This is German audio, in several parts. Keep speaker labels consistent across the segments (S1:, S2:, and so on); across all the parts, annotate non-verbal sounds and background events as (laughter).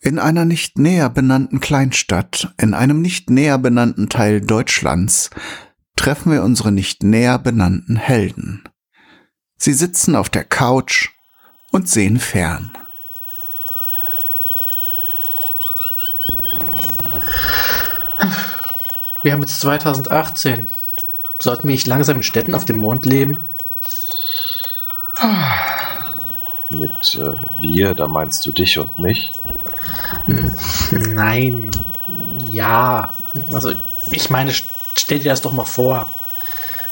S1: In einer nicht näher benannten Kleinstadt, in einem nicht näher benannten Teil Deutschlands, treffen wir unsere nicht näher benannten Helden. Sie sitzen auf der Couch und sehen fern.
S2: Wir haben jetzt 2018. Sollten wir nicht langsam in Städten auf dem Mond leben?
S3: Mit äh, wir, da meinst du dich und mich.
S2: (laughs) Nein. Ja. Also, ich meine, stell dir das doch mal vor.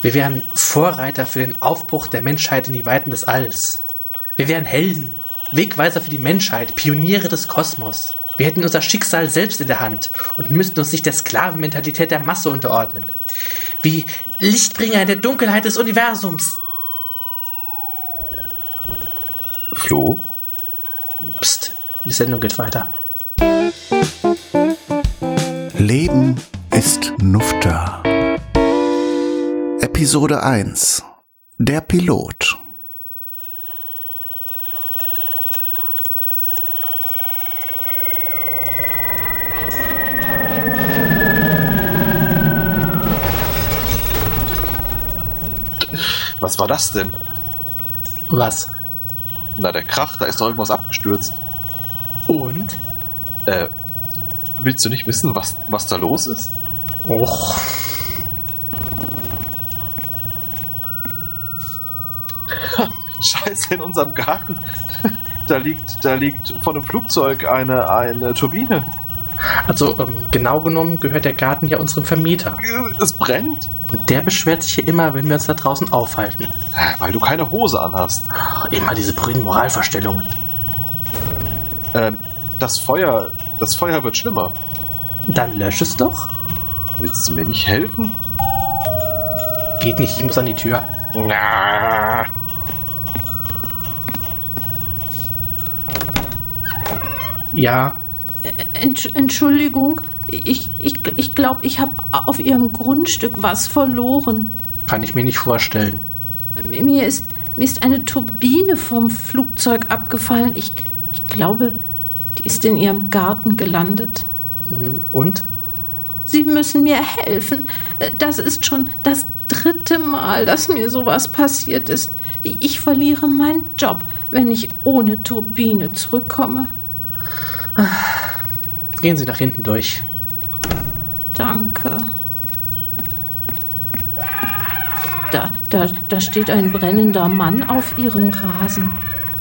S2: Wir wären Vorreiter für den Aufbruch der Menschheit in die Weiten des Alls. Wir wären Helden, Wegweiser für die Menschheit, Pioniere des Kosmos. Wir hätten unser Schicksal selbst in der Hand und müssten uns nicht der Sklavenmentalität der Masse unterordnen. Wie Lichtbringer in der Dunkelheit des Universums.
S3: Flo?
S2: Psst, die Sendung geht weiter.
S1: Leben ist Nufter. Episode 1 Der Pilot.
S3: Was war das denn?
S2: Was?
S3: Na, der Krach, da ist doch irgendwas abgestürzt.
S2: Und?
S3: Äh, willst du nicht wissen, was, was da los ist?
S2: Och.
S3: Scheiße, in unserem Garten. (laughs) Da liegt, da liegt von einem Flugzeug eine, eine Turbine.
S2: Also, ähm, genau genommen gehört der Garten ja unserem Vermieter.
S3: Es brennt.
S2: Und der beschwert sich hier immer, wenn wir uns da draußen aufhalten.
S3: Weil du keine Hose anhast.
S2: Ach, immer diese brüden Moralverstellungen.
S3: Ähm, das Feuer, das Feuer wird schlimmer.
S2: Dann lösch es doch.
S3: Willst du mir nicht helfen?
S2: Geht nicht, ich muss an die Tür.
S3: Na.
S2: Ja,
S4: Entsch Entschuldigung, ich glaube, ich, ich, glaub, ich habe auf Ihrem Grundstück was verloren.
S2: kann ich mir nicht vorstellen.
S4: Mir ist, mir ist eine Turbine vom Flugzeug abgefallen. Ich, ich glaube, die ist in Ihrem Garten gelandet.
S2: Und?
S4: Sie müssen mir helfen. Das ist schon das dritte Mal, dass mir sowas passiert ist. Ich verliere meinen Job, wenn ich ohne Turbine zurückkomme.
S2: Gehen Sie nach hinten durch.
S4: Danke. Da, da, da steht ein brennender Mann auf ihrem Rasen.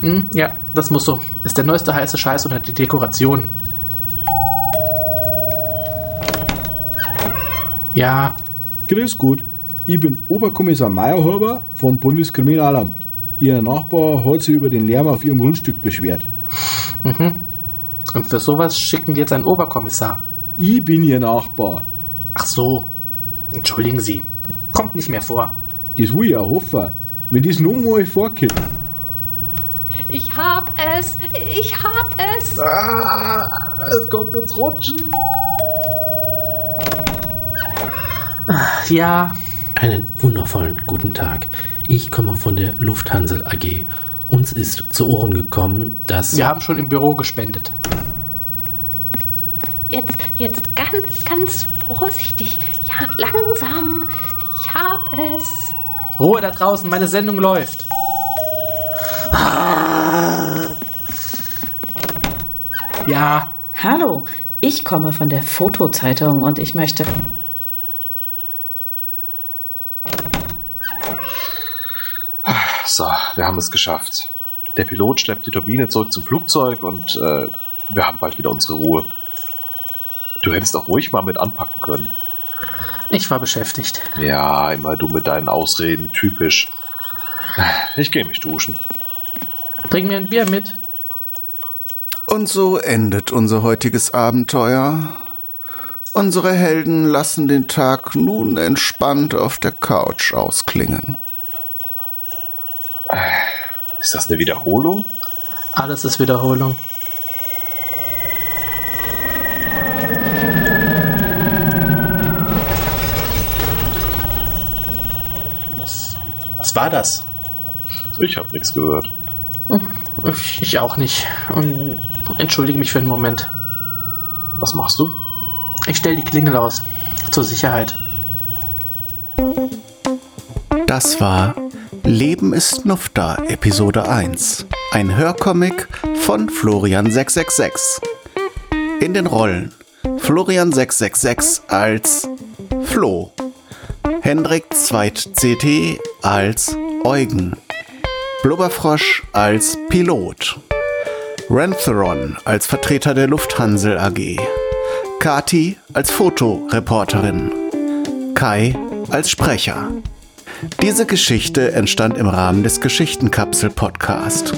S2: Hm, ja, das muss so. Ist der neueste heiße Scheiß unter die Dekoration. Ja,
S5: Grüß gut, ich bin Oberkommissar Meyerhuber vom Bundeskriminalamt. Ihr Nachbar hat sich über den Lärm auf ihrem Grundstück beschwert.
S2: und für sowas schicken wir jetzt einen Oberkommissar.
S5: Ich bin Ihr Nachbar.
S2: Ach so. Entschuldigen Sie. Kommt nicht mehr vor.
S5: Das will ich auch hoffen. Wenn das nochmal vorkommt,
S4: Ich hab es! Ich hab es!
S3: es kommt ins Rutschen.
S2: Ja,
S6: Einen wundervollen guten Tag. Ich komme von der Lufthansa AG. Uns ist zu Ohren gekommen, dass
S2: wir haben schon im Büro gespendet.
S7: Jetzt, jetzt ganz, ganz vorsichtig. Ja, langsam. Ich hab es.
S2: Ruhe da draußen, meine Sendung läuft. Ja,
S8: Hallo, ich komme von der Fotozeitung und ich möchte.
S3: So, wir haben es geschafft. Der Pilot schleppt die Turbine zurück zum Flugzeug und äh, wir haben bald wieder unsere Ruhe. Du hättest auch ruhig mal mit anpacken können.
S2: ich war beschäftigt.
S3: Ja, immer du mit deinen Ausreden, typisch. Ich gehe mich duschen.
S2: Bring mir ein Bier mit.
S1: Und so endet unser heutiges Abenteuer. Unsere Helden lassen den Tag nun entspannt auf der Couch ausklingen.
S3: Ist das eine Wiederholung?
S2: Alles ist Wiederholung. Was war das?
S3: Ich habe nichts gehört.
S2: Ich auch nicht. Und entschuldige mich für einen Moment.
S3: Was machst du?
S2: Ich stelle die Klingel aus. Zur Sicherheit.
S1: Das war Leben ist Nufta, Episode 1. Ein Hörcomic von Florian666. In den Rollen Florian666 als Flo, Hendrik Zweit CT als Eugen, Blubberfrosch als Pilot, Rantheron als Vertreter der Lufthansel AG, Kati als Fotoreporterin, Kai als Sprecher. Diese Geschichte entstand im Rahmen des Geschichtenkapsel Podcast.